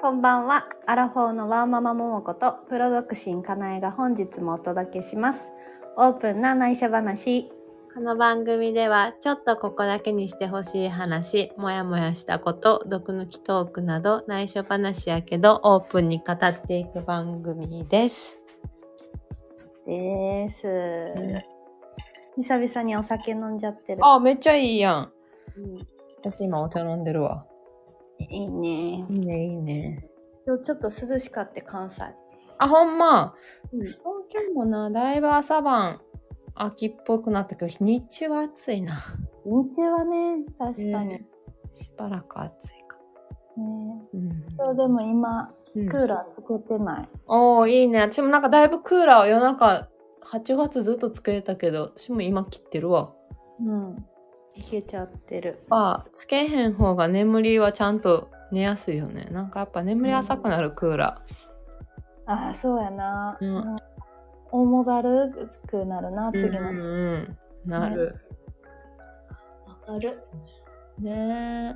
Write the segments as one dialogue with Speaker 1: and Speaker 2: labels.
Speaker 1: こんばんは。アラフォーのワーママ桃子とプロ独身かなえが本日もお届けします。オープンな内緒話。
Speaker 2: この番組ではちょっとここだけにしてほしい話もやもやしたこと毒抜きトークなど内緒話やけどオープンに語っていく番組です。
Speaker 1: です。
Speaker 2: ん
Speaker 1: 久々にお酒飲んじゃってる。
Speaker 2: あめっちゃいいやん。
Speaker 1: うん
Speaker 2: 私今お茶飲んでるわ。
Speaker 1: いいね。
Speaker 2: いいねいいね。
Speaker 1: 今日ちょっと涼しかって関西。
Speaker 2: あほんま。
Speaker 1: うん
Speaker 2: 東京もなだいぶ朝晩秋っぽくなったけど日中は暑いな。
Speaker 1: 日中はね、確かに。ね
Speaker 2: ねしばらく暑いか。
Speaker 1: 今日でも今、
Speaker 2: うん
Speaker 1: クーラーつけてない。
Speaker 2: おおいいね私もなんかだいぶクーラーを夜中8月ずっとつけてたけど私も今切ってるわ
Speaker 1: うん。いけちゃってる。
Speaker 2: あつけへん方が眠りはちゃんと寝やすいよねなんかやっぱ眠り浅くなるクーラ
Speaker 1: ああ、そうやな。
Speaker 2: うん
Speaker 1: うん大もだるくなるな、
Speaker 2: ー
Speaker 1: 次
Speaker 2: う
Speaker 1: の
Speaker 2: ん
Speaker 1: 日。
Speaker 2: うんなる
Speaker 1: わかる。
Speaker 2: ね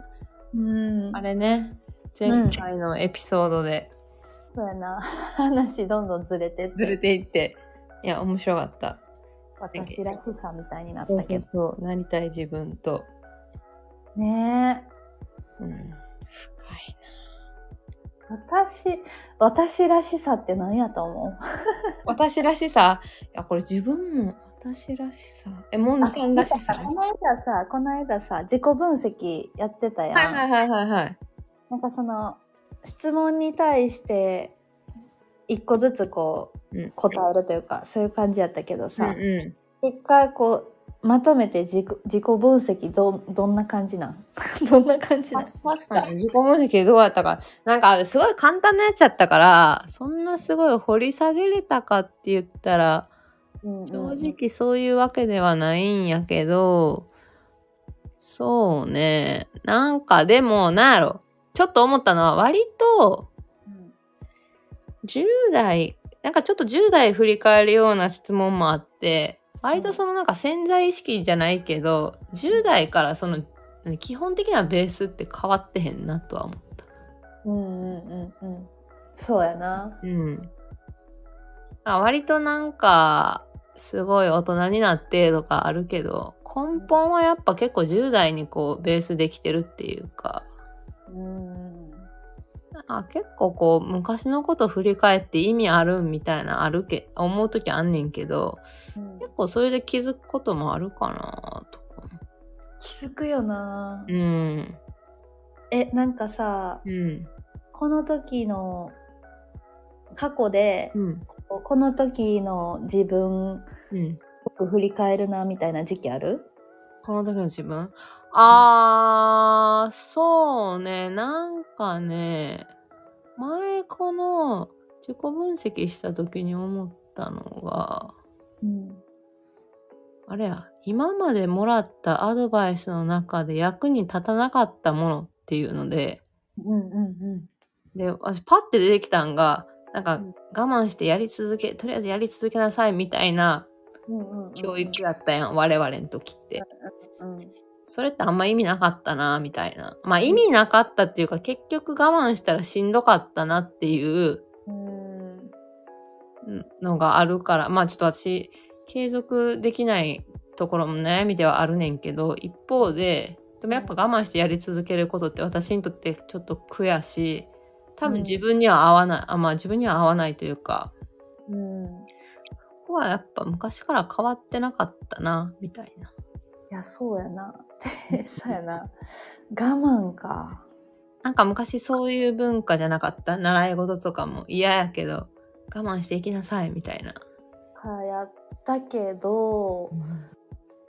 Speaker 1: うん
Speaker 2: あれね前回のエピソードで
Speaker 1: そうやな 話どんどんずれてって
Speaker 2: ずれていっていや面白かった
Speaker 1: 私らしさみたいになっ
Speaker 2: そう
Speaker 1: た
Speaker 2: そ
Speaker 1: け
Speaker 2: う
Speaker 1: ど
Speaker 2: そうなりたい自分と、
Speaker 1: ねえ
Speaker 2: うん、深いな
Speaker 1: 私私らしさって何やと思
Speaker 2: 私らしさいやこれ自分も私らしさえも
Speaker 1: うん
Speaker 2: ちゃんらしさ
Speaker 1: あこの間さこの間さ自己分析やってたやん、
Speaker 2: はいはいはいはいはい。
Speaker 1: なんかその質問に対して一個ずつこ
Speaker 2: うん
Speaker 1: う答えるというか、そういう感じやったけど
Speaker 2: うん
Speaker 1: さ、
Speaker 2: う
Speaker 1: 一回こうまとめて自己自己分析どんどんな感じなん どんな感じ
Speaker 2: ん、
Speaker 1: なん
Speaker 2: 確確かに自己分析どうやったかなんかすごい簡単なやつやったからそんなすごい掘り下げれたかって言ったら
Speaker 1: うんうん
Speaker 2: 正直そういうわけではないんやけどそうねなんかでもなんやろちょっと思ったのは割と
Speaker 1: うん
Speaker 2: 10代なんかちょっと10代振り返るような質問もあって割とそのなんか潜在意識じゃないけど10代からその何基本的なベースって変わってへんなとは思った。
Speaker 1: うんうんうんうんそうやな
Speaker 2: うん、あ割となんかすごい大人になってとかあるけど根本はやっぱ結構10代にこうベースできてるっていうか。
Speaker 1: うん
Speaker 2: あ結構こう昔のこと振り返って意味あるんみたいなあるけ思う時あんねんけど、結構それで気づくこともあるかなとか。
Speaker 1: 気づくよな、
Speaker 2: うん。
Speaker 1: えなんかさ
Speaker 2: うん。
Speaker 1: この時の過去で、
Speaker 2: うん。
Speaker 1: ここの時の自分
Speaker 2: うん。
Speaker 1: 僕振り返るなみたいな時期ある
Speaker 2: この時の自分あー、そうね。なんかね、前この自己分析した時に思ったのが、
Speaker 1: うん
Speaker 2: あれや、今までもらったアドバイスの中で役に立たなかったものっていうので、
Speaker 1: うんうん
Speaker 2: で、私パッて出てきたんが、なんか
Speaker 1: うん
Speaker 2: 我慢してやり続け、とりあえずやり続けなさいみたいな
Speaker 1: うんうんうん
Speaker 2: 教育やったやん、我々の時って。
Speaker 1: うん
Speaker 2: それってあんま意味なかったな、みたいな。まあ意味なかったっていうか、結局我慢したらしんどかったなっていう
Speaker 1: うん
Speaker 2: のがあるから、まあちょっと私、継続できないところも悩みではあるねんけど、一方で、でもやっぱ我慢してやり続けることって私にとってちょっと悔やしい。多
Speaker 1: う
Speaker 2: 分
Speaker 1: ん
Speaker 2: 自分には合わない、あまあ自分には合わないというか、
Speaker 1: うん
Speaker 2: そこはやっぱ昔から変わってなかったな、みたいな。
Speaker 1: いやそうやな そうやな我慢か
Speaker 2: なんか昔そういう文化じゃなかった習い事とかも嫌やけど我慢していきなさいみたいな。
Speaker 1: かやったけど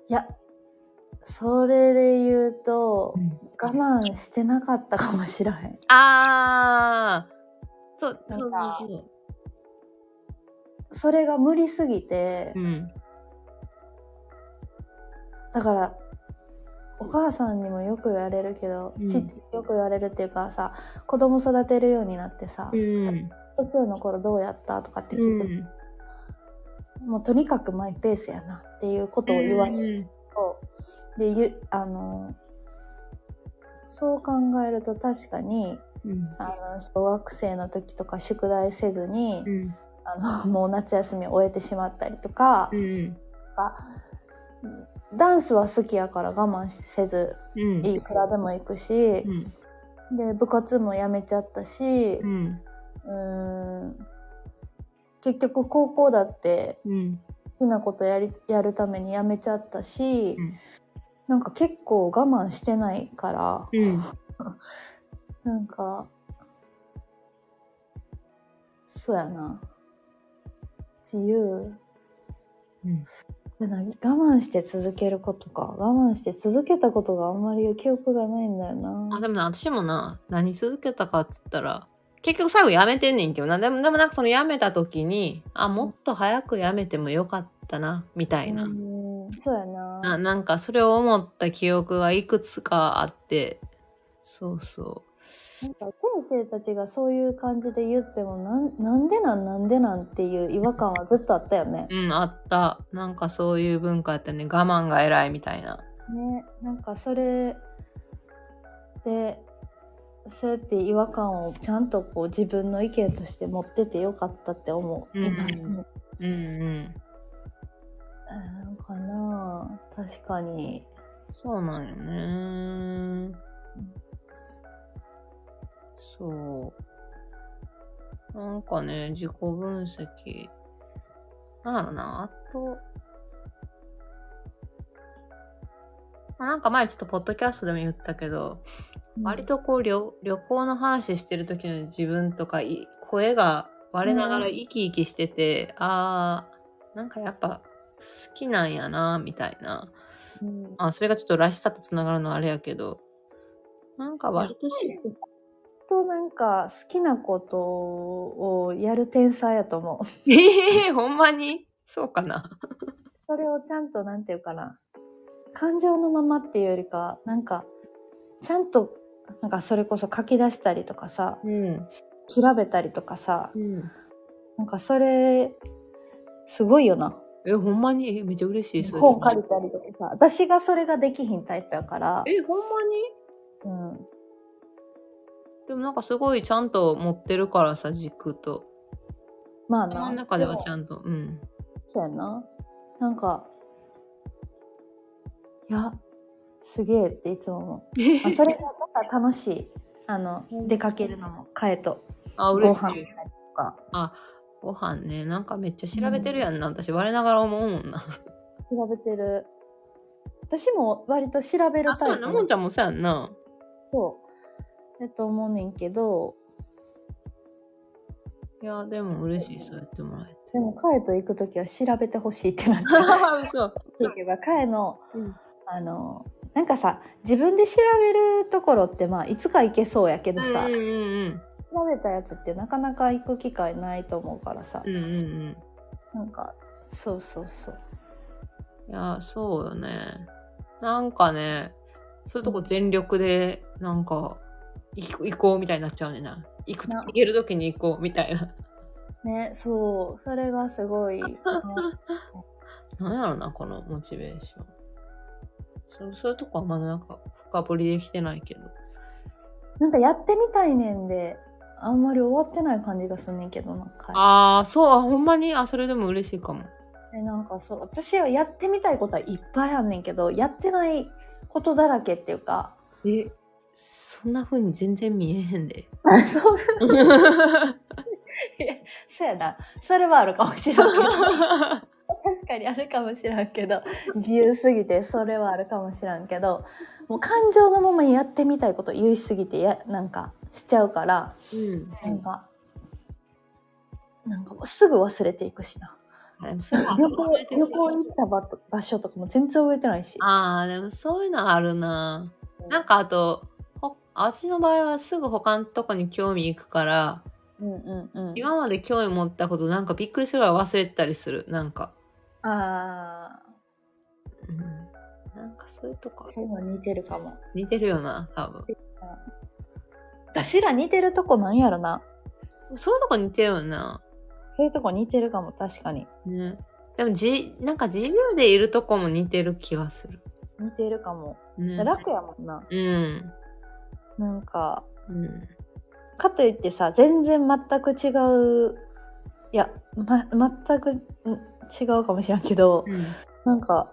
Speaker 1: いやそれで言うと、我慢してなかったかもしらへん
Speaker 2: ああそう
Speaker 1: なんか
Speaker 2: そうそうそう。
Speaker 1: それが無理すぎて、
Speaker 2: うん、
Speaker 1: だからお母さんにもよく言われるけど、
Speaker 2: うん
Speaker 1: ちよく言われるっていうかさ子供育てるようになってさ、
Speaker 2: うん
Speaker 1: 一つの頃どうやったとかって
Speaker 2: う
Speaker 1: 聞いて、
Speaker 2: ん、
Speaker 1: もうとにかくマイペースやなっていうことを言われる
Speaker 2: る。
Speaker 1: と、でゆあのそう考えると確かに
Speaker 2: うん
Speaker 1: あの小学生の時とか宿題せずに、
Speaker 2: うん
Speaker 1: あの もう夏休みを終えてしまったりとか,、
Speaker 2: うん
Speaker 1: ダンスは好きやから我慢せず
Speaker 2: うん
Speaker 1: いいクラでも行くし、
Speaker 2: うん
Speaker 1: で部活もやめちゃったし、
Speaker 2: う
Speaker 1: うんーん結局高校だって
Speaker 2: うん
Speaker 1: 好きなことやりやるためにやめちゃったし、
Speaker 2: うん
Speaker 1: なんか結構我慢してないから、
Speaker 2: うん
Speaker 1: なんかそうやな自由
Speaker 2: うん
Speaker 1: でな我慢して続けることか我慢して続けたことがあんまり記憶がないんだよな
Speaker 2: あでもな私もな何続けたかっつったら結局最後やめてんねんけどなでもでもなんかそのやめた時にあもっと早くやめてもよかったなみたいな,、
Speaker 1: うんそうやな
Speaker 2: ななんかそれを思った記憶がいくつかあってそうそ
Speaker 1: なんか先生たちがそういう感じで言ってもなんなんでなんなんでなんっていう違和感はずっとあったよね
Speaker 2: う。うんあったなんかそういう文化やったね我慢が偉いみたいな
Speaker 1: ねなんかそれでそうやって違和感をちゃんとこう自分の意見として持っててよかったって思う。
Speaker 2: うん
Speaker 1: 今
Speaker 2: うんうん
Speaker 1: うんかなあ確かに。
Speaker 2: そうなんよね。そう。なんかね、自己分析。なんだろうな、あと。まあなんか前ちょっとポッドキャストでも言ったけど、割とこう旅旅行の話してる時の自分とかい声が割れながら生き生きしてて、あーなんかやっぱ好きなんやなみたいな。
Speaker 1: うん、
Speaker 2: あ、それがちょっとらしさとつながるのはあれやけど、なんか割とし、
Speaker 1: となんか好きなことをやる天才やと思う。
Speaker 2: ええほんまにそうかな。
Speaker 1: それをちゃんとなんていうかな感情のままっていうよりかなんかちゃんとなんかそれこそ書き出したりとかさ
Speaker 2: うん。
Speaker 1: 調べたりとかさ
Speaker 2: うん、
Speaker 1: なんかそれすごいよな
Speaker 2: え、ほんまにえめっちゃ嬉しい、それ。
Speaker 1: 本借りたりとかさ私がそれができひんタイプやから、
Speaker 2: え、ほんまに
Speaker 1: うん、
Speaker 2: でもなんかすごいちゃんと持ってるからさ、軸と。
Speaker 1: まあ
Speaker 2: 頭
Speaker 1: な
Speaker 2: の中ではち
Speaker 1: ん
Speaker 2: ゃんと。うん。
Speaker 1: そうやななんかいやすげえっていつも思うあそれがなんか楽しい あの出かけるのもカエと
Speaker 2: あ、
Speaker 1: ご
Speaker 2: 嬉
Speaker 1: 飯
Speaker 2: しい。
Speaker 1: とか
Speaker 2: ご飯ね、なんかめっちゃ調べてるやんな。私、我ながら思 うもんな。
Speaker 1: 調べてる私も割と調べる
Speaker 2: あ、そ
Speaker 1: タ
Speaker 2: うや
Speaker 1: イプ
Speaker 2: な。もんちゃんもそうやんな。
Speaker 1: そうだと思うねんけど
Speaker 2: いや、でも嬉しい、そうやってもらえて。
Speaker 1: でもカエと行く時は調べてほしいってなっちゃう
Speaker 2: そう。
Speaker 1: 行けばカエの、
Speaker 2: うん
Speaker 1: あのなんかさ自分で調べるところってまあいつか行けそうやけ
Speaker 2: う
Speaker 1: ど
Speaker 2: ん
Speaker 1: さ、
Speaker 2: うんうん
Speaker 1: 調べたやつってなかなか行く機会ないと思うからさ、
Speaker 2: うん。うんうんうん。
Speaker 1: なんかそうそうそう
Speaker 2: いや、そうよね。なんかね、そういうとこ全力で、なんか、行く行こうみたいになっちゃうねんな。行く、
Speaker 1: な
Speaker 2: 行ける時に行こうみたいな。
Speaker 1: ねそうそれがすごい、ね
Speaker 2: なんやろな、このモチベーション。そうそういうとこはまだなんか深掘りできてないけど。
Speaker 1: なんかやってみたいねんであんまり終わってない感じがすんねんけどなカエ
Speaker 2: ああ、そう、あ、ほんまに、あ、それでも嬉しいかも。
Speaker 1: えなんかそう私はやってみたいことはいっぱいあんねんけどやってないことだらけっていうか
Speaker 2: え、そんな風に全然見えへんで。
Speaker 1: そうそうやなそれはあるかもしらんけど確かにあるかもしらんけど自由すぎてそれはあるかもしらんけどもう感情のままにやってみたいこと言いすぎてやなんかしちゃうから
Speaker 2: うん。
Speaker 1: なんか、なんかもうすぐ忘れていくしな
Speaker 2: あでもそれは
Speaker 1: 旅行旅行行った場と場所とかも全然覚えてないし
Speaker 2: ああ、でもそういうのあるな。なんかあと、ほ私の場合はすぐ他のとこに興味いくから、
Speaker 1: うんうんうん
Speaker 2: 今まで興味持ったことなんかびっくりするぐらい忘れてたりする。なんか。
Speaker 1: あー
Speaker 2: うん、なんかそういうとこ
Speaker 1: そういうの似てるかも。
Speaker 2: 似てるよな、多分。
Speaker 1: 私ら似てるとこなんやろな。
Speaker 2: そういうとこ似てるよな。
Speaker 1: そういうとこ似てるかも、確かに。
Speaker 2: ね。でもじ、なんか自由でいるとこも似てる気がする。
Speaker 1: 似てるかも。
Speaker 2: ね。
Speaker 1: 楽やもんな。
Speaker 2: うん。
Speaker 1: なんか、
Speaker 2: うん。
Speaker 1: かといってさ全然全く違ういや、ま、全くん違うかもしれんけどなんか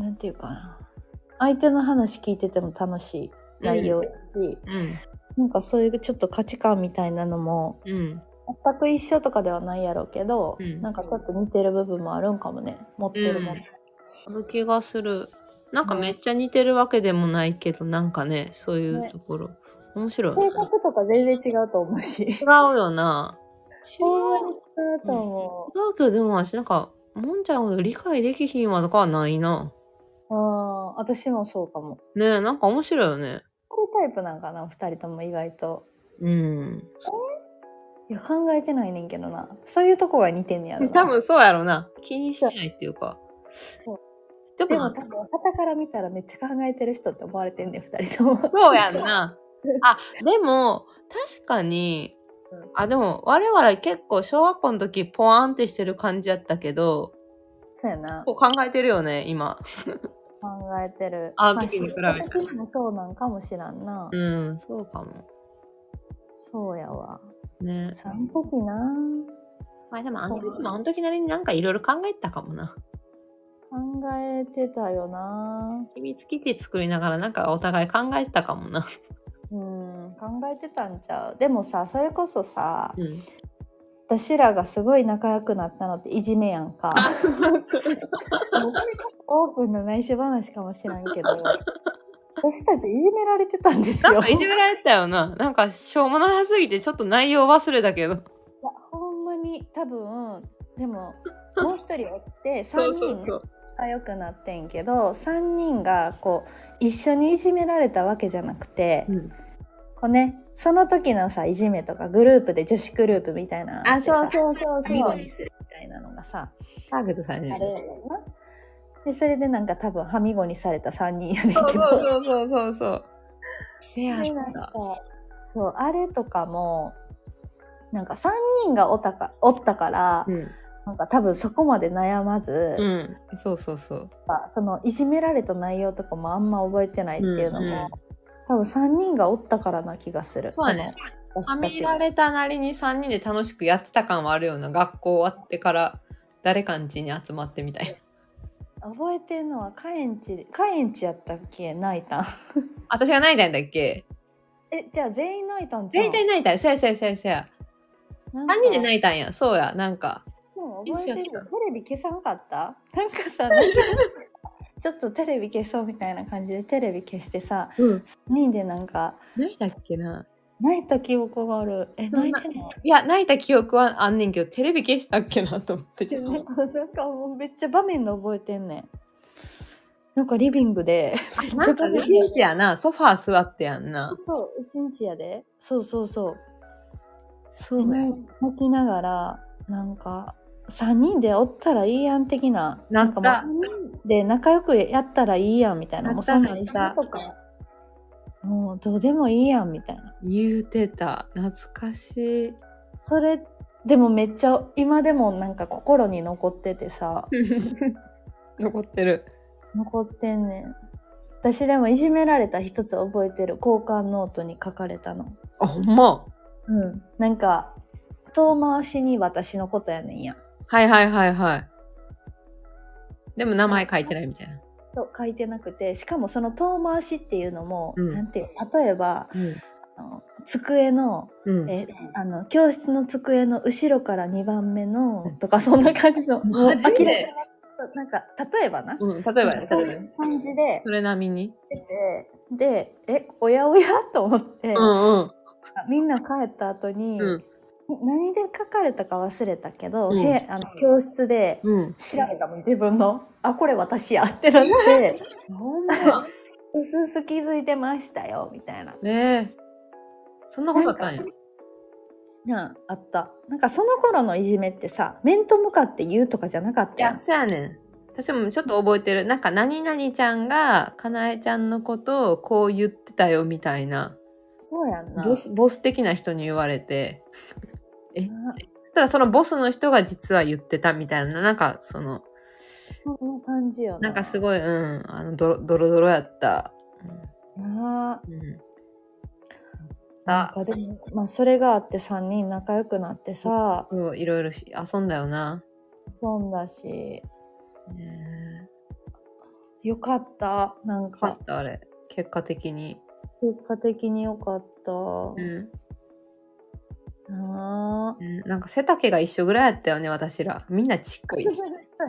Speaker 1: んなんていうかな相手の話聞いてても楽しい内容だし、
Speaker 2: うん
Speaker 1: なんかそういうちょっと価値観みたいなのも
Speaker 2: うん
Speaker 1: 全く一緒とかではないやろうけど、
Speaker 2: うん
Speaker 1: なんかちょっと似てる部分もあるんかもね持ってるもん、
Speaker 2: うんある気がするなんかめっちゃ似てるわけでもないけどなんかねそういうところ、面白い
Speaker 1: 生活とか全然違うと思うし
Speaker 2: 違うよな違
Speaker 1: ほんま
Speaker 2: う
Speaker 1: に違うと思
Speaker 2: 違うけどでも私なんかもんちゃんを理解できひんわとかはないな
Speaker 1: う、うん、私もそうかも
Speaker 2: ねえなんか面白いよね
Speaker 1: こういうタイプなんかな2人とも意外と
Speaker 2: うん
Speaker 1: いや考えてないねんけどなそういうとこが似てんねやろな
Speaker 2: 多分そうやろな気にしてないっていうか
Speaker 1: そう
Speaker 2: で
Speaker 1: で
Speaker 2: も
Speaker 1: も
Speaker 2: な
Speaker 1: 多分傍から見たらめっちゃ考えてる人って思われてんねん2人とも
Speaker 2: そうやんな。 あ、でも、確かに
Speaker 1: うん、
Speaker 2: あ、でも、我々結構小学校の時、ポワンってしてる感じやったけど、
Speaker 1: そうやな
Speaker 2: こう考えてるよね、今。
Speaker 1: 考えてる
Speaker 2: あ
Speaker 1: ま
Speaker 2: の時に比べたら
Speaker 1: 仕事的にもそうなんかもしらんな、
Speaker 2: うん、そうかも。
Speaker 1: そうやわ
Speaker 2: ね。
Speaker 1: その時な
Speaker 2: まあでも、あの時も、あの時なりになんかいろいろ考えてたかもな。
Speaker 1: 考えてたよな
Speaker 2: 秘密基地作りながら、なんかお互い考えてたかもな。
Speaker 1: うん考えてたんちゃうでもさそれこそさ
Speaker 2: うん。
Speaker 1: 私らがすごい仲良くなったのっていじめやんかもうこれオープンの内緒話かもしらんけど私たちいじめられてたんです
Speaker 2: な
Speaker 1: よ
Speaker 2: んかいじめられてたよな。なんか、しょうもなさすぎて、ちょっと内容忘れたけど。
Speaker 1: いやほんまに多分でももう一人お って3人
Speaker 2: う。
Speaker 1: 仲良くなってんけど3人がこう一緒にいじめられたわけじゃなくて、
Speaker 2: うん、
Speaker 1: こうねその時のさいじめとかグループで女子グループみたいなう
Speaker 2: そうそう
Speaker 1: みするみたいなのがさ
Speaker 2: ターゲットされて
Speaker 1: あ
Speaker 2: る
Speaker 1: れ。やろなでそれでなんか多分はみごにされた3人やねん
Speaker 2: そう
Speaker 1: けど
Speaker 2: そうそうそうそう。せや
Speaker 1: で
Speaker 2: し
Speaker 1: なんか
Speaker 2: た。
Speaker 1: そうあれとかもなんか3人がおったかおったから、
Speaker 2: うん。
Speaker 1: なんか多分そこまで悩まず、
Speaker 2: うん。そうそうそう。
Speaker 1: そのいじめられた内容とかもあんま覚えてないっていうのも、
Speaker 2: うんうん
Speaker 1: 多分3人がおったからな気がする
Speaker 2: そうやね。
Speaker 1: この
Speaker 2: は
Speaker 1: 私た
Speaker 2: み
Speaker 1: ち
Speaker 2: ら
Speaker 1: が
Speaker 2: れたなりに3人で楽しくやってた感はあるような学校終わってから誰かん家に集まってみたいな。
Speaker 1: 覚えてるのはカエンチカエンチやったっけ泣いたん
Speaker 2: 私が泣いたんだっけ
Speaker 1: えじゃあ全員泣いたんじゃん
Speaker 2: 全体泣いたんやせやせやせやせや。
Speaker 1: 3
Speaker 2: 3人で
Speaker 1: い
Speaker 2: 泣いたんや。そうや。なんか。
Speaker 1: でも覚えてるテ
Speaker 2: カエンチやった
Speaker 1: レビ消さんかったなんか さなんかちょっとテレビ消そうみたいな感じでテレビ消してさ
Speaker 2: うん。
Speaker 1: 3人でなんか
Speaker 2: 泣いたっけな。
Speaker 1: 泣いた記憶があるえ
Speaker 2: そ
Speaker 1: 泣
Speaker 2: ん
Speaker 1: い
Speaker 2: な
Speaker 1: てない
Speaker 2: いや、泣いた記憶はあんねんけど、テレビ消したっけなと思って。ちょっと
Speaker 1: なんかなんかもうめっちゃ場面で覚えてんねん。なんかリビングでめっち
Speaker 2: な
Speaker 1: ゃ
Speaker 2: んか
Speaker 1: 場面
Speaker 2: 1日やな。ソファー座ってやんな。
Speaker 1: そう一日やでそうそうそう
Speaker 2: そ
Speaker 1: でな泣きながらなんか3人でおったらいいやん的な
Speaker 2: なった
Speaker 1: んかもう3人で仲良くやったらいいやんみたいな
Speaker 2: な
Speaker 1: もう
Speaker 2: った
Speaker 1: そんなん
Speaker 2: なっ
Speaker 1: いじ
Speaker 2: た
Speaker 1: めとかもうどうでもいいやんみたいな
Speaker 2: 言うてた。懐かしい。
Speaker 1: それでもめっちゃ今でもなんか心に残っててさ
Speaker 2: 残ってる。
Speaker 1: 残ってんねん私でもいじめられた一つ覚えてる交換ノートに書かれたの
Speaker 2: あ、ほんま。
Speaker 1: うんなんか遠回しに私のことやねんや
Speaker 2: はいはいはいはい。でも名前書いてないみたいな。
Speaker 1: と書いてなくてしかもその遠回しっていうのも、
Speaker 2: うん
Speaker 1: なんていう例えば
Speaker 2: うん。
Speaker 1: あの机の
Speaker 2: うん、
Speaker 1: えあの教室の机の後ろから2番目のとかそんな感じの
Speaker 2: マ
Speaker 1: 明
Speaker 2: ジで
Speaker 1: らかななんか例えばな、
Speaker 2: うん、例えばね
Speaker 1: そ
Speaker 2: そうれ
Speaker 1: い
Speaker 2: ね
Speaker 1: う感じで
Speaker 2: それなみに。
Speaker 1: でえおやおやと思って、
Speaker 2: うんうん。
Speaker 1: みんな帰った後に、
Speaker 2: うん
Speaker 1: 何で書かれたか忘れたけど、
Speaker 2: うん
Speaker 1: へあの教室で
Speaker 2: うん。
Speaker 1: 調べたもん自分の「あこれ私や」ってな って
Speaker 2: ほんま。
Speaker 1: 「うすうす気づいてましたよ」みたいな
Speaker 2: ねえ。そんなことあったんや。
Speaker 1: なああったなんかその頃のいじめってさ面と向かって言うとかじゃなかっ
Speaker 2: い
Speaker 1: たよ
Speaker 2: や、そうやねん。私もちょっと覚えてる。なんか、何々ちゃんが、かなえちゃんのことをこう言ってたよみたいな、
Speaker 1: そうやんな
Speaker 2: ボス、ボス的な人に言われて、え
Speaker 1: な
Speaker 2: そしたらそのボスの人が実は言ってたみたいな、なんか、その、
Speaker 1: そんな感じよな
Speaker 2: なんかす
Speaker 1: い
Speaker 2: ごい、うん、あの、ドロドロドロやった。
Speaker 1: なあ
Speaker 2: うん。
Speaker 1: なん
Speaker 2: た。
Speaker 1: かでも、まあ、それがあって3人仲良くなってさ
Speaker 2: そういろいろし遊んだよな。
Speaker 1: 遊んだし
Speaker 2: ね
Speaker 1: よかったなん
Speaker 2: よか
Speaker 1: か
Speaker 2: ったあれ結果的に。
Speaker 1: 結果的によかった、
Speaker 2: うん、
Speaker 1: なあ
Speaker 2: うんなんか背丈が一緒ぐらいやったよね私ら。みんなちっこい。
Speaker 1: そう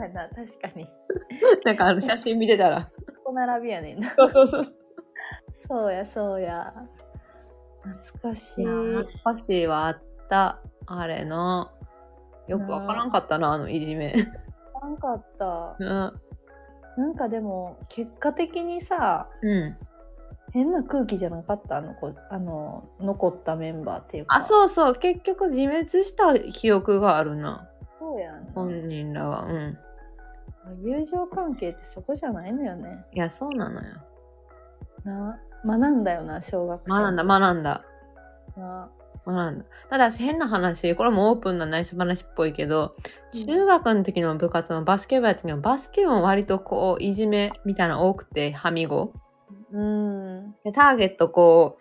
Speaker 1: やな確かに
Speaker 2: なんかあ の写真見てたら。
Speaker 1: 横並びやねんな
Speaker 2: そうそうそうそう。
Speaker 1: そうやそうや懐かし
Speaker 2: い
Speaker 1: い
Speaker 2: や懐かしいはあったあれのよくわからんかったなあのいじめ。
Speaker 1: 知らんかった
Speaker 2: うん
Speaker 1: なんかでも結果的にさ
Speaker 2: うん。
Speaker 1: 変な空気じゃなかったあの子あの残ったメンバーっていうか
Speaker 2: あそうそう結局自滅した記憶があるな
Speaker 1: そうやんな
Speaker 2: 本人らは。うん。
Speaker 1: 友情関係ってそこじゃないのよね
Speaker 2: いやそうなのよ。
Speaker 1: な学んだよな小学生
Speaker 2: 学んだ学んだ。
Speaker 1: な
Speaker 2: 学んだただ私変な話これもオープンな内緒話っぽいけど中学の時の部活のバスケ部やったけどバスケ部も割とこういじめみたいなの多くてはみご
Speaker 1: うんうん
Speaker 2: でターゲットこ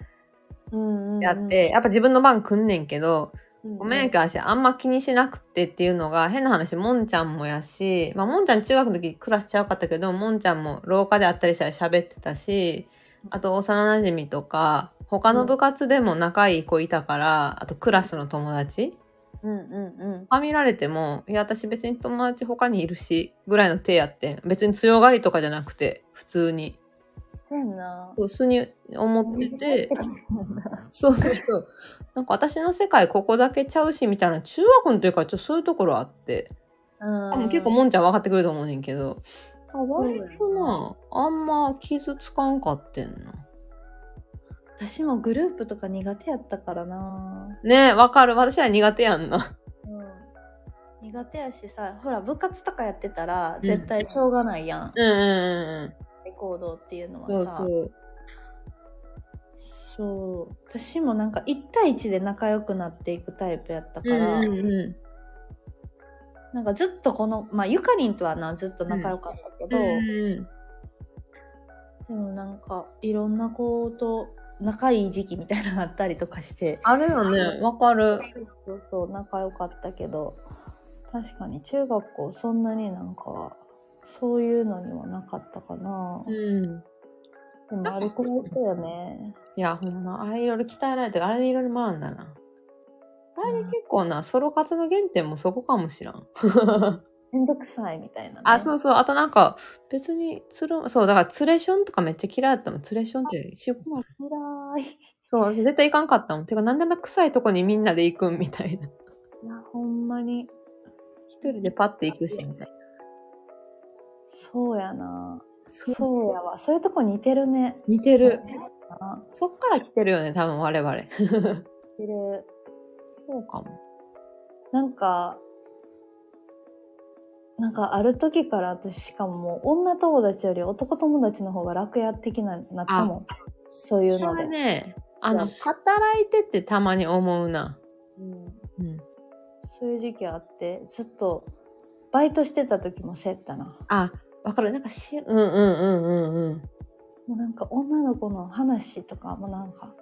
Speaker 1: うんうん
Speaker 2: うやって、やっぱ自分の番来んねんけど、
Speaker 1: うんうん
Speaker 2: ごめんやけど私あんま気にしなくてっていうのが変な話もんちゃんもやし、まあ、もんちゃん中学の時クラスちゃうかったけどもんちゃんも廊下で会ったりしたら喋ってたしあと幼馴染とか他の部活でも仲いい子いたから、あとクラスの友達
Speaker 1: うんうんうん
Speaker 2: はみられても、いや、私別に友達他にいるし、ぐらいの手やってん。別に強がりとかじゃなくて、普通に。
Speaker 1: そうやんな
Speaker 2: 普通に思ってて、
Speaker 1: そうやんな
Speaker 2: そうそうそう。なんか私の世界ここだけちゃうし、みたいな、中学の時からちょっとそういうところあって、
Speaker 1: うん
Speaker 2: 多分結構もんちゃん分かってくれると思うねんけど、割と
Speaker 1: そうや
Speaker 2: な、あんま傷つかんかってんな。
Speaker 1: 私もグループとか苦手やったからな、
Speaker 2: ねえ、わかる。私ら苦手やんな。
Speaker 1: うん、苦手やしさほら部活とかやってたら
Speaker 2: ん
Speaker 1: 絶対しょうがないやん、
Speaker 2: うんうん
Speaker 1: 行動っていうのは
Speaker 2: うんうん。そう
Speaker 1: さ
Speaker 2: そう。
Speaker 1: そう私もなんか1対1で仲良くなっていくタイプやったか
Speaker 2: う
Speaker 1: ら、
Speaker 2: んうんうん。
Speaker 1: なんかずっとこの、まあ、ゆかりんとはなずっと仲良かったけ
Speaker 2: う
Speaker 1: ど、
Speaker 2: んうん
Speaker 1: でもなんかいろんな子と仲いい時期みたいなのがあったりとかして
Speaker 2: あるよね。わかる。
Speaker 1: そうそう仲良かったけど確かに中学校そんなになんかそういうのにはなかったかな、
Speaker 2: うん。
Speaker 1: でもあれくらいだよね
Speaker 2: いや、ほんま、あれいろいろ鍛えられて、あれいろいろ学んだな。あれで結構な、ソロ活の原点もそこかもしらん。
Speaker 1: めんどくさいみたいなね、
Speaker 2: あ、そうそう。あとなんか、別に、つる、そう、だから、ツレションとかめっちゃ嫌いだったもん。ツレションって、仕事、
Speaker 1: もう辛い
Speaker 2: そう、私絶対行かんかったもん。てか、なんであんな臭いとこにみんなで行くんみたいな。
Speaker 1: いやほんまに
Speaker 2: 一人でパッて行くし、みたいな。
Speaker 1: そうやな
Speaker 2: そ
Speaker 1: そうやわそういうとこ似てるね
Speaker 2: 似てる。
Speaker 1: あ
Speaker 2: そっから来てるよね、多分我々。
Speaker 1: 似てる
Speaker 2: そうかも。
Speaker 1: なんか、なんかある時から私しかももう女友達より男友達の方が楽や的ななったもん。そういう
Speaker 2: それ
Speaker 1: ので。
Speaker 2: はね、あの、働いてってたまに思うな。
Speaker 1: うん、
Speaker 2: うん。
Speaker 1: そういう時期あって、ずっとバイトしてた時もせったな。
Speaker 2: あ、わかる。なんかし、うんうんうんうんうん。
Speaker 1: もうなんか女の子の話とかもなんか、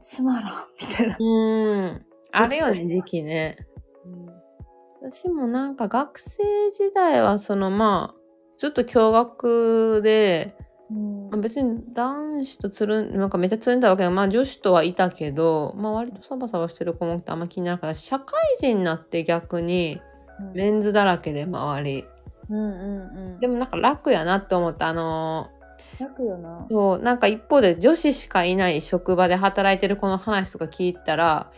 Speaker 1: つまらんみたいな。
Speaker 2: うーん。あるよね、時期ね。私もなんか学生時代は、そのまあ、ずっと共学で、
Speaker 1: うん
Speaker 2: まあ別に男子とつるん、なんかめっちゃつるんだわけでもまあ女子とはいたけど、まあ割とサバサバしてる子もあんま気にならなかった社会人になって逆にメンズだらけで周り。
Speaker 1: うんうんうん。
Speaker 2: で
Speaker 1: も
Speaker 2: もなんか楽やなって思った。あのー
Speaker 1: 楽よな。
Speaker 2: そうなんか一方で女子しかいない職場で働いてる子の話とか聞いたら、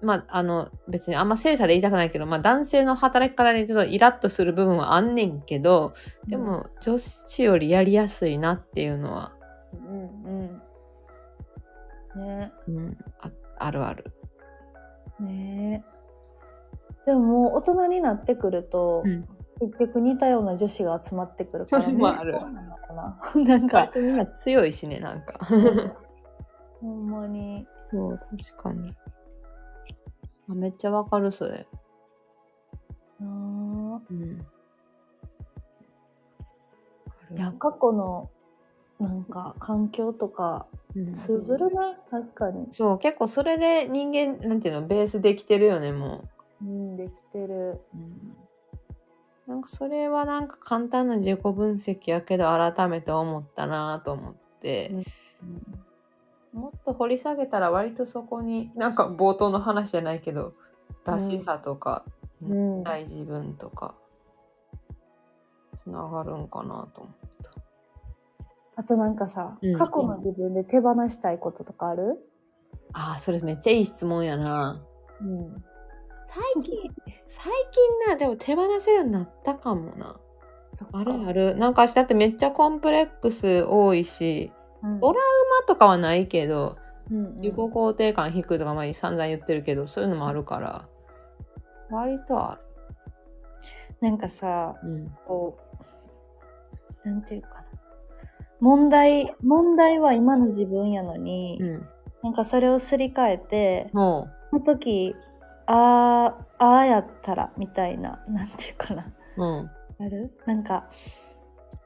Speaker 2: まああの別にあんま精査で言いたくないけど、まあ、男性の働き方にちょっとイラッとする部分はあんねんけどでも女子よりやりやすいなっていうのは、
Speaker 1: うん、うんうん。ね
Speaker 2: うん、ああるある。
Speaker 1: ねえでももう大人になってくると、
Speaker 2: うん
Speaker 1: 結局似たような女子が集まってくるから
Speaker 2: それもある
Speaker 1: そうなのかな なん
Speaker 2: 割
Speaker 1: か
Speaker 2: とみんな強いしねなんか。
Speaker 1: ほんまに
Speaker 2: そう確かにあめっちゃわかるそれ。
Speaker 1: な
Speaker 2: うん、
Speaker 1: あいや過去のなんか環境とか
Speaker 2: うん
Speaker 1: 通ずるな、確かに。
Speaker 2: そう結構それで人間なんていうのベースできてるよねも
Speaker 1: うん、できてる。
Speaker 2: う、なんかそれはなんか簡単な自己分析やけど改めて思ったなと思って、もっと掘り下げたら割とそこになんか冒頭の話じゃないけどらしさとか、
Speaker 1: うん、
Speaker 2: ない自分とかつながるんかなと思った。
Speaker 1: あとなんかさ、
Speaker 2: うん
Speaker 1: 過去の自分で手放したいこととかある、
Speaker 2: ああそれめっちゃいい質問やな。
Speaker 1: うん、
Speaker 2: 最近 最近なでも手放せるようになったかもな。
Speaker 1: そっか
Speaker 2: あるある。なんか私だってめっちゃコンプレックス多いし、
Speaker 1: うん
Speaker 2: トラ馬とかはないけど、
Speaker 1: うんうん
Speaker 2: 自己肯定感低いとか前に散々言ってるけど、そういうのもあるから、割とあ
Speaker 1: なんかさ、
Speaker 2: る。うん。
Speaker 1: こう、なんていうかな。問題、問題は今の自分やのに、
Speaker 2: うん。
Speaker 1: なんかそれをすり替えて、
Speaker 2: も
Speaker 1: その時、ああ、ああやったら、みたいな、なんていうかな。
Speaker 2: う、うん。
Speaker 1: あるなんか、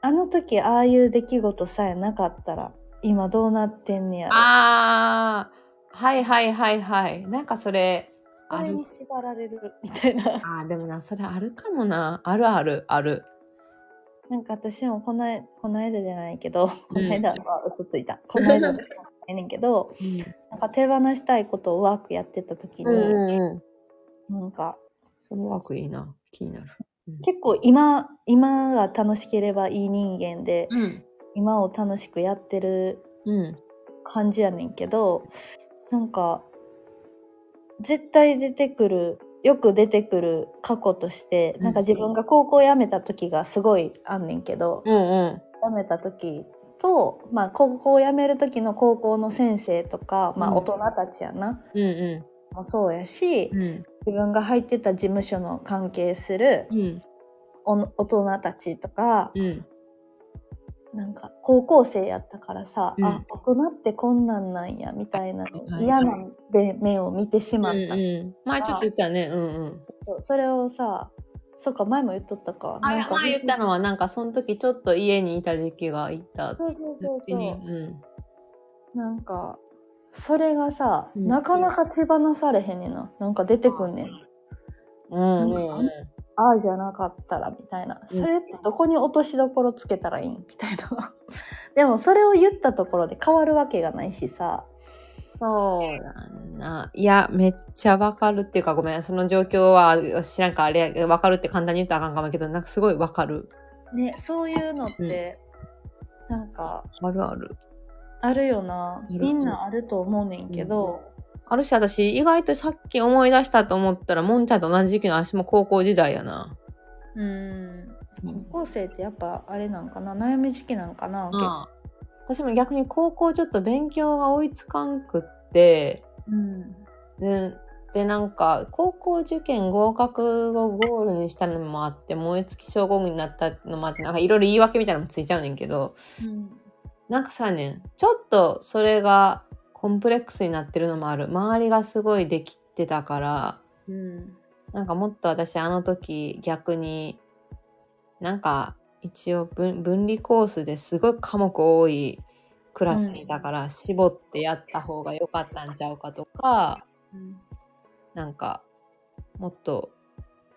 Speaker 1: あの時ああいう出来事さえなかったら、今どうなってんねやろ。
Speaker 2: あー、はいはいはいはい。なんかそれ、
Speaker 1: それに縛られる、みたいな。
Speaker 2: あーでもな、それあるかもな。あるある、ある。
Speaker 1: なんか私もこない、この間じゃないけど、この間は嘘ついた。こ
Speaker 2: ん
Speaker 1: の間でもないねんけど、 なんか手放したいことをワークやってた時に、
Speaker 2: うんうんうん。
Speaker 1: なんか
Speaker 2: その枠いいな。気になる。
Speaker 1: 結構今今が楽しければいい人間で、
Speaker 2: うん。
Speaker 1: 今を楽しくやってる
Speaker 2: うん。
Speaker 1: 感じやねんけどなんか絶対出てくるよく出てくる過去として、
Speaker 2: うん
Speaker 1: なんか自分が高校辞めた時がすごいあんねんけど、
Speaker 2: うんうん。
Speaker 1: 辞めた時と、まあ、高校を辞める時の高校の先生とか、ま
Speaker 2: う
Speaker 1: あ、
Speaker 2: ん
Speaker 1: 大人たちやな、
Speaker 2: うんう
Speaker 1: もそうやし、
Speaker 2: ん。うん。
Speaker 1: 自分が入ってた事務所の関係する
Speaker 2: うん。
Speaker 1: お大人たちとか、
Speaker 2: うん。
Speaker 1: なんか高校生やったからさ、
Speaker 2: うん
Speaker 1: あ大人ってこんなんなんやみたいな
Speaker 2: はいはい
Speaker 1: 嫌な目目を見てしまった、
Speaker 2: うんうん、前ちょっと言ったね。うんうん。
Speaker 1: そうそれをさそっか前も言っとったか
Speaker 2: あ
Speaker 1: なんか
Speaker 2: 前言ったのはなんかその時ちょっと家にいた時期がいた
Speaker 1: そうそうそう
Speaker 2: 時に。
Speaker 1: そううなんかそれがさ、
Speaker 2: うん
Speaker 1: なかなか手放されへんねんななんか出てくんねん
Speaker 2: ん。うんうんうん。
Speaker 1: ああじゃなかったらみたいな
Speaker 2: うん
Speaker 1: それってどこに落としどころつけたらいいんみたいな でもそれを言ったところで変わるわけがないしさ
Speaker 2: そうだな。いや、めっちゃわかるっていうか、ごめん、その状況は、知らんか、あれや、わかるって簡単に言ったらあかんかもけど、なんかすごいわかる。
Speaker 1: ねそういうのって、なんか
Speaker 2: あるある。
Speaker 1: あるよな
Speaker 2: ある
Speaker 1: みんなあると思うねんけど、
Speaker 2: あるし、私、意外とさっき思い出したと思ったら、もんちゃんと同じ時期の私も高校時代やな。
Speaker 1: うん高校生ってやっぱあれなんかな悩み時期なんかな、
Speaker 2: ああ私も逆に高校ちょっと勉強が追いつかんくって、
Speaker 1: うん
Speaker 2: ででなんか高校受験合格をゴールにしたのもあって燃え尽き症候群になったのもあってなんかいろいろ言い訳みたいなのもついちゃうねんけど
Speaker 1: うん
Speaker 2: なんかさねんちょっとそれがコンプレックスになってるのもある周りがすごいできてたから
Speaker 1: うん
Speaker 2: なんかもっと私あの時逆になんか一応分分離コースですごい科目多いクラスにいたから、絞ってやった方が良かったんちゃうかとかなんかもっと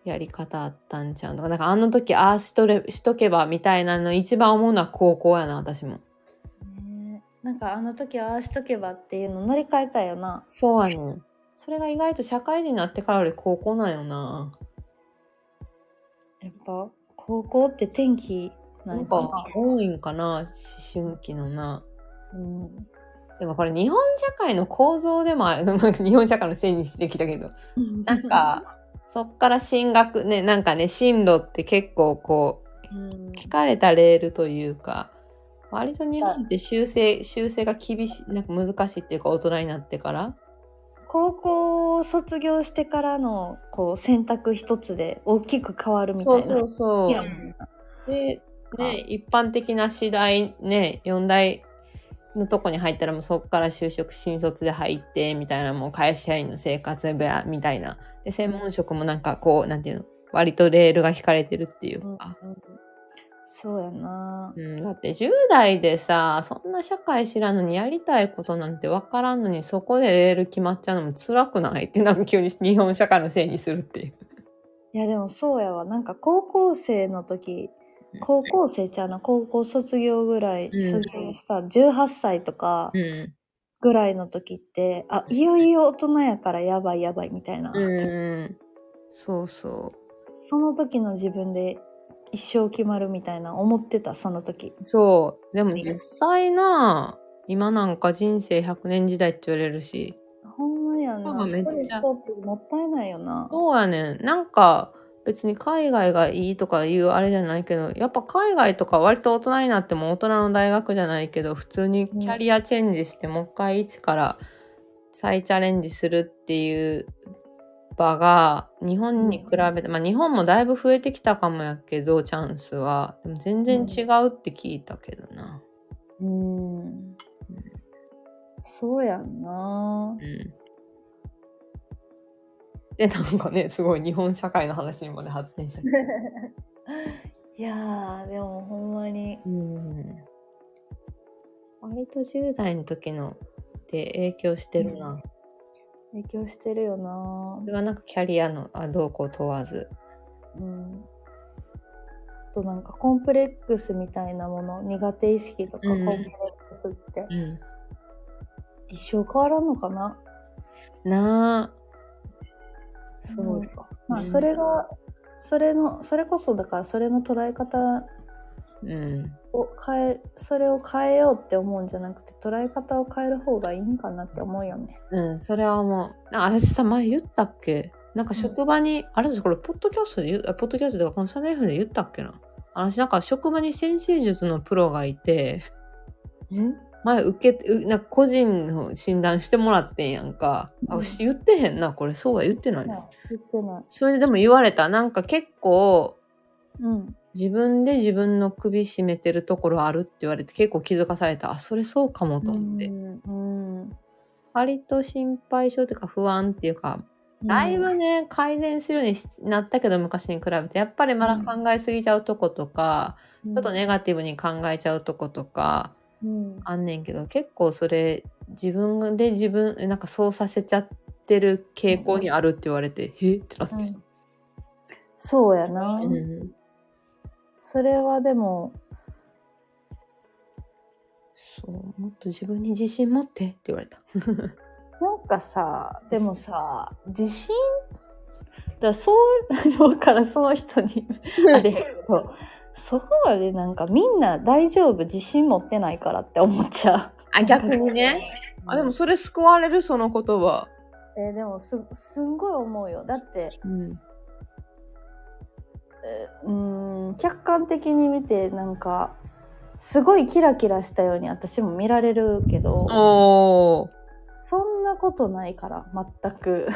Speaker 2: やり方あったんちゃうとかなんかあの時ああしとれしとけばみたいなの一番思うのは高校やな私も。
Speaker 1: ねなんかあの時ああしとけばっていうの乗り換えたよな
Speaker 2: そうやねんそれが意外と社会人になってからより高校なんよな。
Speaker 1: やっぱ高校って天気な
Speaker 2: なんん
Speaker 1: か
Speaker 2: か多いんかな思春期のな。
Speaker 1: うん
Speaker 2: でもこれ日本社会の構造でもある 日本社会のせいにしてきたけどなんかそっから進学ねなんかね進路って結構こ
Speaker 1: うん
Speaker 2: う聞かれたレールというか割と日本って修正修正が厳しいなんか難しいっていうか大人になってから
Speaker 1: 高校を卒業してからのこう選択一つで大きく変わるみたい
Speaker 2: そ
Speaker 1: な。
Speaker 2: うそうそ
Speaker 1: いや
Speaker 2: うでね一般的な次第ね4大のとこに入ったらもうそこから就職新卒で入ってみたいなもう会社員の生活部屋みたいなで専門職もなんかこうなんていうの割とレールが引かれてるっていうか、
Speaker 1: うんそうやな
Speaker 2: うん、だって10代でさそんな社会知らんのにやりたいことなんて分からんのにそこでレール決まっちゃうのも辛くないってなんか急に日本社会のせいにするっていう。
Speaker 1: いやでもそうやわなんか高校生の時高校生ちゃうな高校卒業ぐらい
Speaker 2: うん
Speaker 1: 卒業した、18歳とか
Speaker 2: うん、
Speaker 1: ぐらいの時って、あいよいよ大人やからやばいやばいみたいな、
Speaker 2: うん、そうそ
Speaker 1: その時の自分で一生決まるみたいな思ってたその時
Speaker 2: うそうでも実際な今なんか人生100年時代って言われるし
Speaker 1: ほんまやな
Speaker 2: なんか
Speaker 1: そ
Speaker 2: めっちゃ
Speaker 1: こでストップもったいないよな
Speaker 2: そうやねんなんか別に海外がいいとかいうあれじゃないけどやっぱ海外とか割と大人になっても大人の大学じゃないけど普通にキャリアチェンジしてもう一回一から再チャレンジするっていう場が日本に比べて、まあ日本もだいぶ増えてきたかもやけどチャンスはでも全然違うって聞いたけどな。
Speaker 1: うんそうやんな
Speaker 2: うんでなんかねすごい日本社会の話にまで発展したけど。
Speaker 1: いやーでもほんまに
Speaker 2: うん割と10代の時ので影響してるな。
Speaker 1: うん影響してるよな
Speaker 2: これはなんかキャリアのあどうこう問わず。
Speaker 1: うんあとなんかコンプレックスみたいなもの苦手意識とかコ
Speaker 2: うん
Speaker 1: ンプレックスって一生変わらんのかな、
Speaker 2: なあ。そう
Speaker 1: うん
Speaker 2: か。
Speaker 1: まあ
Speaker 2: うん
Speaker 1: それがそれのそれこそだからそれの捉え方
Speaker 2: うん。
Speaker 1: を変えそれを変えようって思うんじゃなくて捉え方を変える方がいいんかなって思うよね。
Speaker 2: うん、それはもう。あ私さ、前言ったっけなんか職場に、あれです、これ、ポッドキャストで言う、あポッドキャストとか、このサナイフで言ったっけな。私なんか職場に先生術のプロがいて、前受けて、うなんか個人の診断してもらってんやんか。あ、
Speaker 1: うん
Speaker 2: 言ってへんな、これ、そうは言ってないな。
Speaker 1: ね言ってない。
Speaker 2: それででも言われた。なんか結構
Speaker 1: うん。
Speaker 2: 自分で自分の首絞めてるところあるって言われて結構気づかされた。あ、それそうかもと思って。
Speaker 1: うん。うん
Speaker 2: 割と心配性というか不安っていうか、だいぶね、改善するようにしなったけど昔に比べて、やっぱりまだ考えすぎちゃうとことか、
Speaker 1: うん
Speaker 2: ちょっとネガティブに考えちゃうとことか
Speaker 1: うん
Speaker 2: あんねんけど、結構それ自分で自分、なんかそうさせちゃってる傾向にあるって言われて、えってなって。
Speaker 1: うんそうやな。
Speaker 2: うん
Speaker 1: それはでも
Speaker 2: そう、もっと自分に自信持ってって言われた。
Speaker 1: なんかさでもさ自信だからそうだからその人に あれやけどそこまでなんかみんな大丈夫自信持ってないからって思っちゃう。
Speaker 2: あ、逆にね。あ、でもそれ救われる、その言葉。
Speaker 1: えーでもすすんごい思うよだって
Speaker 2: うん。
Speaker 1: えーうーん客観的に見てなんかすごいキラキラしたように私も見られるけど
Speaker 2: おー。
Speaker 1: そんなことないから全く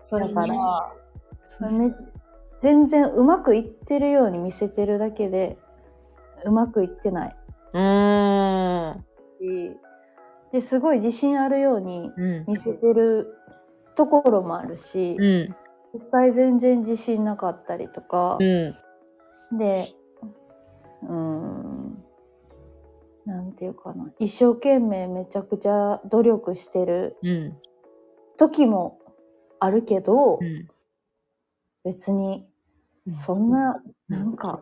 Speaker 2: そ
Speaker 1: だ
Speaker 2: れ
Speaker 1: か
Speaker 2: からら。それ
Speaker 1: め全然うまくいってるように見せてるだけでうまくいってないう
Speaker 2: ーん。
Speaker 1: しですごい自信あるように
Speaker 2: うん。
Speaker 1: 見せてるところもあるし、
Speaker 2: うん。
Speaker 1: 実際全然自信なかったりとか、
Speaker 2: うん。
Speaker 1: でうーんなんていうかな一生懸命めちゃくちゃ努力してる
Speaker 2: うん。
Speaker 1: 時もあるけど、
Speaker 2: うん。
Speaker 1: 別に
Speaker 2: うん
Speaker 1: そんな、
Speaker 2: うん
Speaker 1: なんか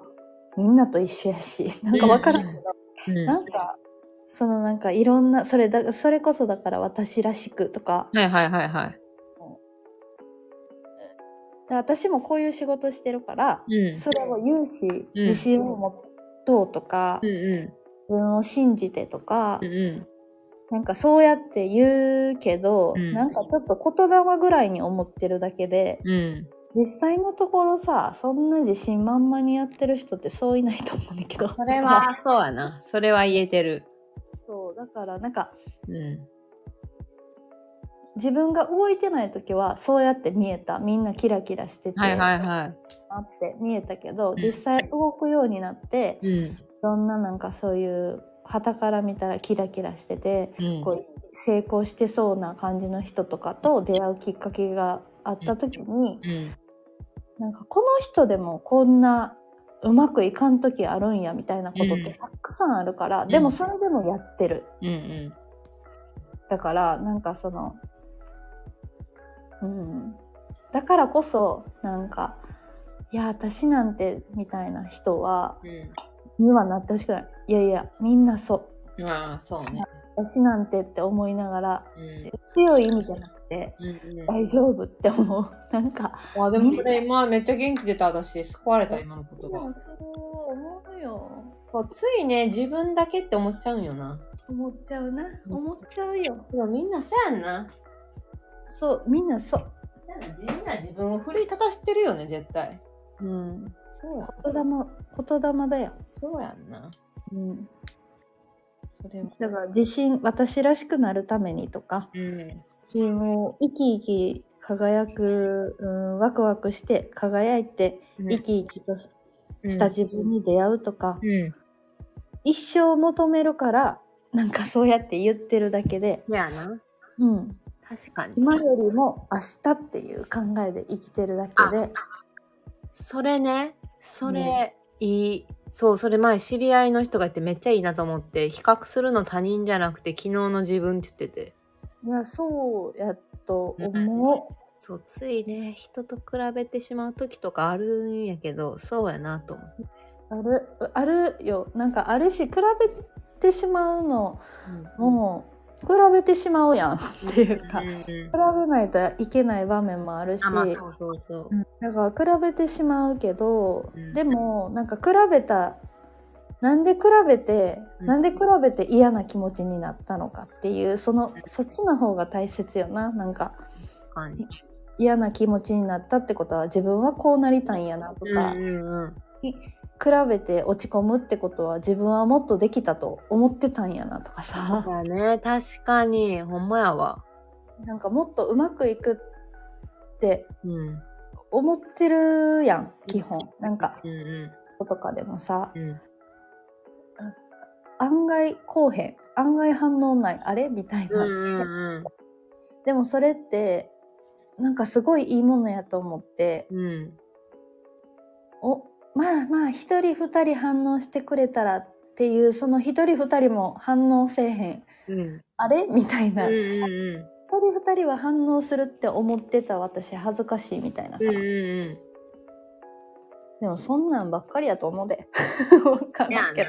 Speaker 1: みんなと一緒やし なんかわからんけど、
Speaker 2: うん
Speaker 1: なんかそのなんかいろんなそれだそれこそだから私らしくとか
Speaker 2: はいはいはいはい。
Speaker 1: で私もこういう仕事してるから、
Speaker 2: うん
Speaker 1: それを言うし
Speaker 2: うん
Speaker 1: 自信を持とうとか、
Speaker 2: うんう
Speaker 1: 自分を信じてとか、
Speaker 2: ん。う
Speaker 1: なんかそうやって言うけど、
Speaker 2: うん
Speaker 1: なんかちょっと言霊ぐらいに思ってるだけで
Speaker 2: ん。うん。
Speaker 1: 実際のところさそんな自信満々にやってる人ってそういないと思うんだけど
Speaker 2: それは、そうやな。それは言えてる。
Speaker 1: そうだからなんか
Speaker 2: うん。
Speaker 1: 自分が動いてない時はそうやって見えたみんなキラキラしてて、
Speaker 2: はいはいは
Speaker 1: あって見えたけど
Speaker 2: ん
Speaker 1: 実際動くようになって
Speaker 2: い。うん。
Speaker 1: いろんななんかそういう傍から見たらキラキラしてて
Speaker 2: うん。
Speaker 1: こう成功してそうな感じの人とかと出会うきっかけがあった時に
Speaker 2: うん。
Speaker 1: なんかこの人でもこんなうまくいかん時あるんやみたいなことって
Speaker 2: うん
Speaker 1: たくさんあるから、
Speaker 2: ん
Speaker 1: でもそれでもやってる
Speaker 2: うんうん
Speaker 1: だからなんかそのうんだからこそなんかいや私なんてみたいな人は
Speaker 2: う
Speaker 1: にはなってほしくないいやいやみんなそ
Speaker 2: んああそうね
Speaker 1: う私なんてって思いながら
Speaker 2: うん
Speaker 1: 強い意味じゃなくて
Speaker 2: うんうん
Speaker 1: 大丈夫って思うなんか
Speaker 2: あでもこれ今めっちゃ元気出た私救われた今の言葉
Speaker 1: そう思うよ
Speaker 2: そうついね自分だけって思っちゃうんよな
Speaker 1: 思っちゃうな思っちゃうよ
Speaker 2: でもみんなそうやんな
Speaker 1: そうみんなそう
Speaker 2: みんな自分を奮い立たせてるよね絶対
Speaker 1: うん
Speaker 2: そうや
Speaker 1: 言霊言霊だよ
Speaker 2: そうやんな
Speaker 1: うん
Speaker 2: それ
Speaker 1: だから自信私らしくなるためにとか
Speaker 2: うん
Speaker 1: 自分を生き生き輝く、うん、ワクワクして輝いて生き生きとした自分に出会うとか、
Speaker 2: うん
Speaker 1: 一生求めるからなんかそうやって言ってるだけで、
Speaker 2: そうやな
Speaker 1: うん、
Speaker 2: 確かに
Speaker 1: 今よりも明日っていう考えで生きてるだけで
Speaker 2: それねそれ、いいそうそれ前知り合いの人がいてめっちゃいいなと思って比較するの他人じゃなくて昨日の自分って言ってて
Speaker 1: いやそうやと思う。
Speaker 2: そうついね人と比べてしまう時とかあるんやけどそうやなと思って、
Speaker 1: あるあるよなんかあるし比べてしまうのもう比べてしまうやんっていうか
Speaker 2: うんうん
Speaker 1: 比べないといけない場面もあるし、
Speaker 2: あまあそうそうそ
Speaker 1: う
Speaker 2: う
Speaker 1: んだから比べてしまうけど、
Speaker 2: うん
Speaker 1: でもなんか比べたなんで比べて、
Speaker 2: うん
Speaker 1: なんで比べて嫌な気持ちになったのかっていうそのそっちの方が大切よななんか
Speaker 2: 確かに
Speaker 1: 嫌な気持ちになったってことは自分はこうなりたいんやなとか、
Speaker 2: う
Speaker 1: 比
Speaker 2: んうんうん
Speaker 1: べて落ち込むってことは自分はもっとできたと思ってたんやなとかさ
Speaker 2: そうやね確かにほんまやわ
Speaker 1: なんかもっとうまくいくって
Speaker 2: うん
Speaker 1: 思ってるやん基本なんか
Speaker 2: うんう
Speaker 1: とかでもさ
Speaker 2: んうん
Speaker 1: 案外こうへん案外反応ないあれみたいな、
Speaker 2: うんうん
Speaker 1: でもそれってなんかすごいいいものやと思って
Speaker 2: うん
Speaker 1: おまあまあ1人2人反応してくれたらっていうその1人2人も反応せえへん
Speaker 2: うん
Speaker 1: あれみたいな、
Speaker 2: うん
Speaker 1: 1
Speaker 2: うんうん
Speaker 1: 人2人は反応するって思ってた私恥ずかしいみたいなさ、
Speaker 2: うんうんうん
Speaker 1: でもそんなんばっかりやと思うでわかんないけ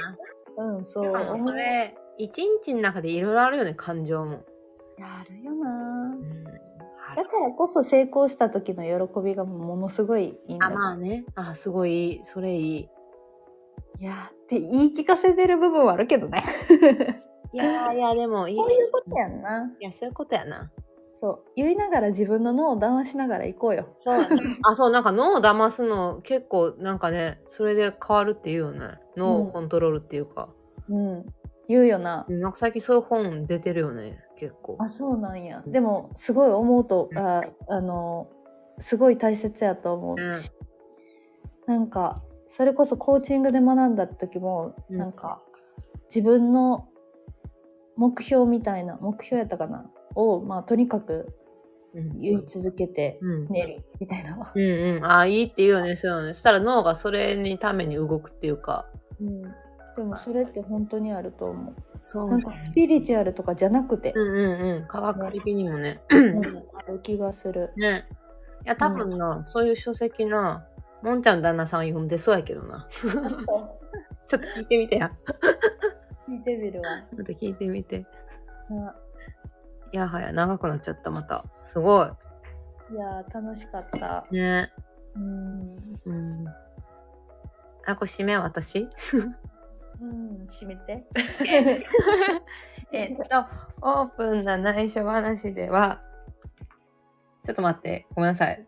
Speaker 1: どうんそう
Speaker 2: しかもそれ一日の中でいろいろあるよね感情も、
Speaker 1: いやあるよな
Speaker 2: うん、あ
Speaker 1: だからこそ成功した時の喜びがものすごいいいんだ
Speaker 2: あ
Speaker 1: よ
Speaker 2: まあねあすごいそれいい
Speaker 1: いやーって言い聞かせてる部分はあるけどね。
Speaker 2: いやーいやでもいい
Speaker 1: こういうことやんな。
Speaker 2: いやそういうことやな
Speaker 1: そう言いながら自分の脳を談話しながら行こうよ。
Speaker 2: そうやな あそうなんか脳を騙すの結構なんかねそれで変わるっていうよね脳をコントロールっていうか、
Speaker 1: うん。言うよな。
Speaker 2: なんか最近そういう本出てるよね結構
Speaker 1: あそうなんや。でもすごい思うとああのすごい大切やと思うし、なんかそれこそコーチングで学んだ時も、
Speaker 2: うん
Speaker 1: なんか自分の目標みたいな目標やったかなをまあとにかく
Speaker 2: うん
Speaker 1: 言い続けて
Speaker 2: うん
Speaker 1: 寝るみたいな。
Speaker 2: うんうん、あいいって言うよねそうよねそしたら脳がそれにために動くっていうか
Speaker 1: うん、でもそれって本当にあると思う。
Speaker 2: そ
Speaker 1: なんかスピリチュアルとかじゃなくて、
Speaker 2: うんうんうん科学的にもね
Speaker 1: うんある気がする。
Speaker 2: ねいや多分な、そういう書籍なもんちゃんの旦那さん読んでそうやけどなちょっと聞いてみてや
Speaker 1: 見てみるわ。
Speaker 2: また聞いてみていやはや長くなっちゃったまたすご
Speaker 1: いやー楽しかった。
Speaker 2: いね
Speaker 1: うん、
Speaker 2: うんあこれ締め私
Speaker 1: うん、閉め て。
Speaker 2: えっとオープンな内緒話ではちょっと待ってごめんなさ い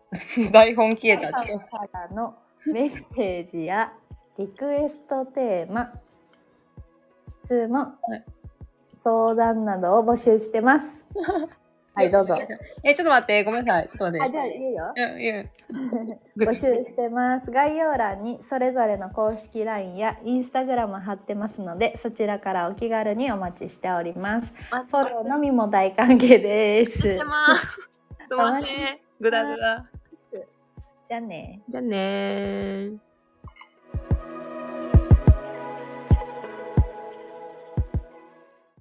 Speaker 2: 台本消えた
Speaker 1: 皆様からのメッセージやリクエストテーマ、質問、
Speaker 2: い
Speaker 1: 相談などを募集してます。はいどうぞ
Speaker 2: えちょっと待ってごめんなさいちょっと待っ
Speaker 1: あ、
Speaker 2: て
Speaker 1: じゃあいいよ。
Speaker 2: うんうん
Speaker 1: 募集してます。概要欄にそれぞれの公式 LINE や Instagram 貼ってますので、そちらからお気軽にお待ちしております。フォローのみも大歓迎 です。
Speaker 2: してます。すいません。ぐだぐだ。
Speaker 1: じゃあね。
Speaker 2: じゃあねー。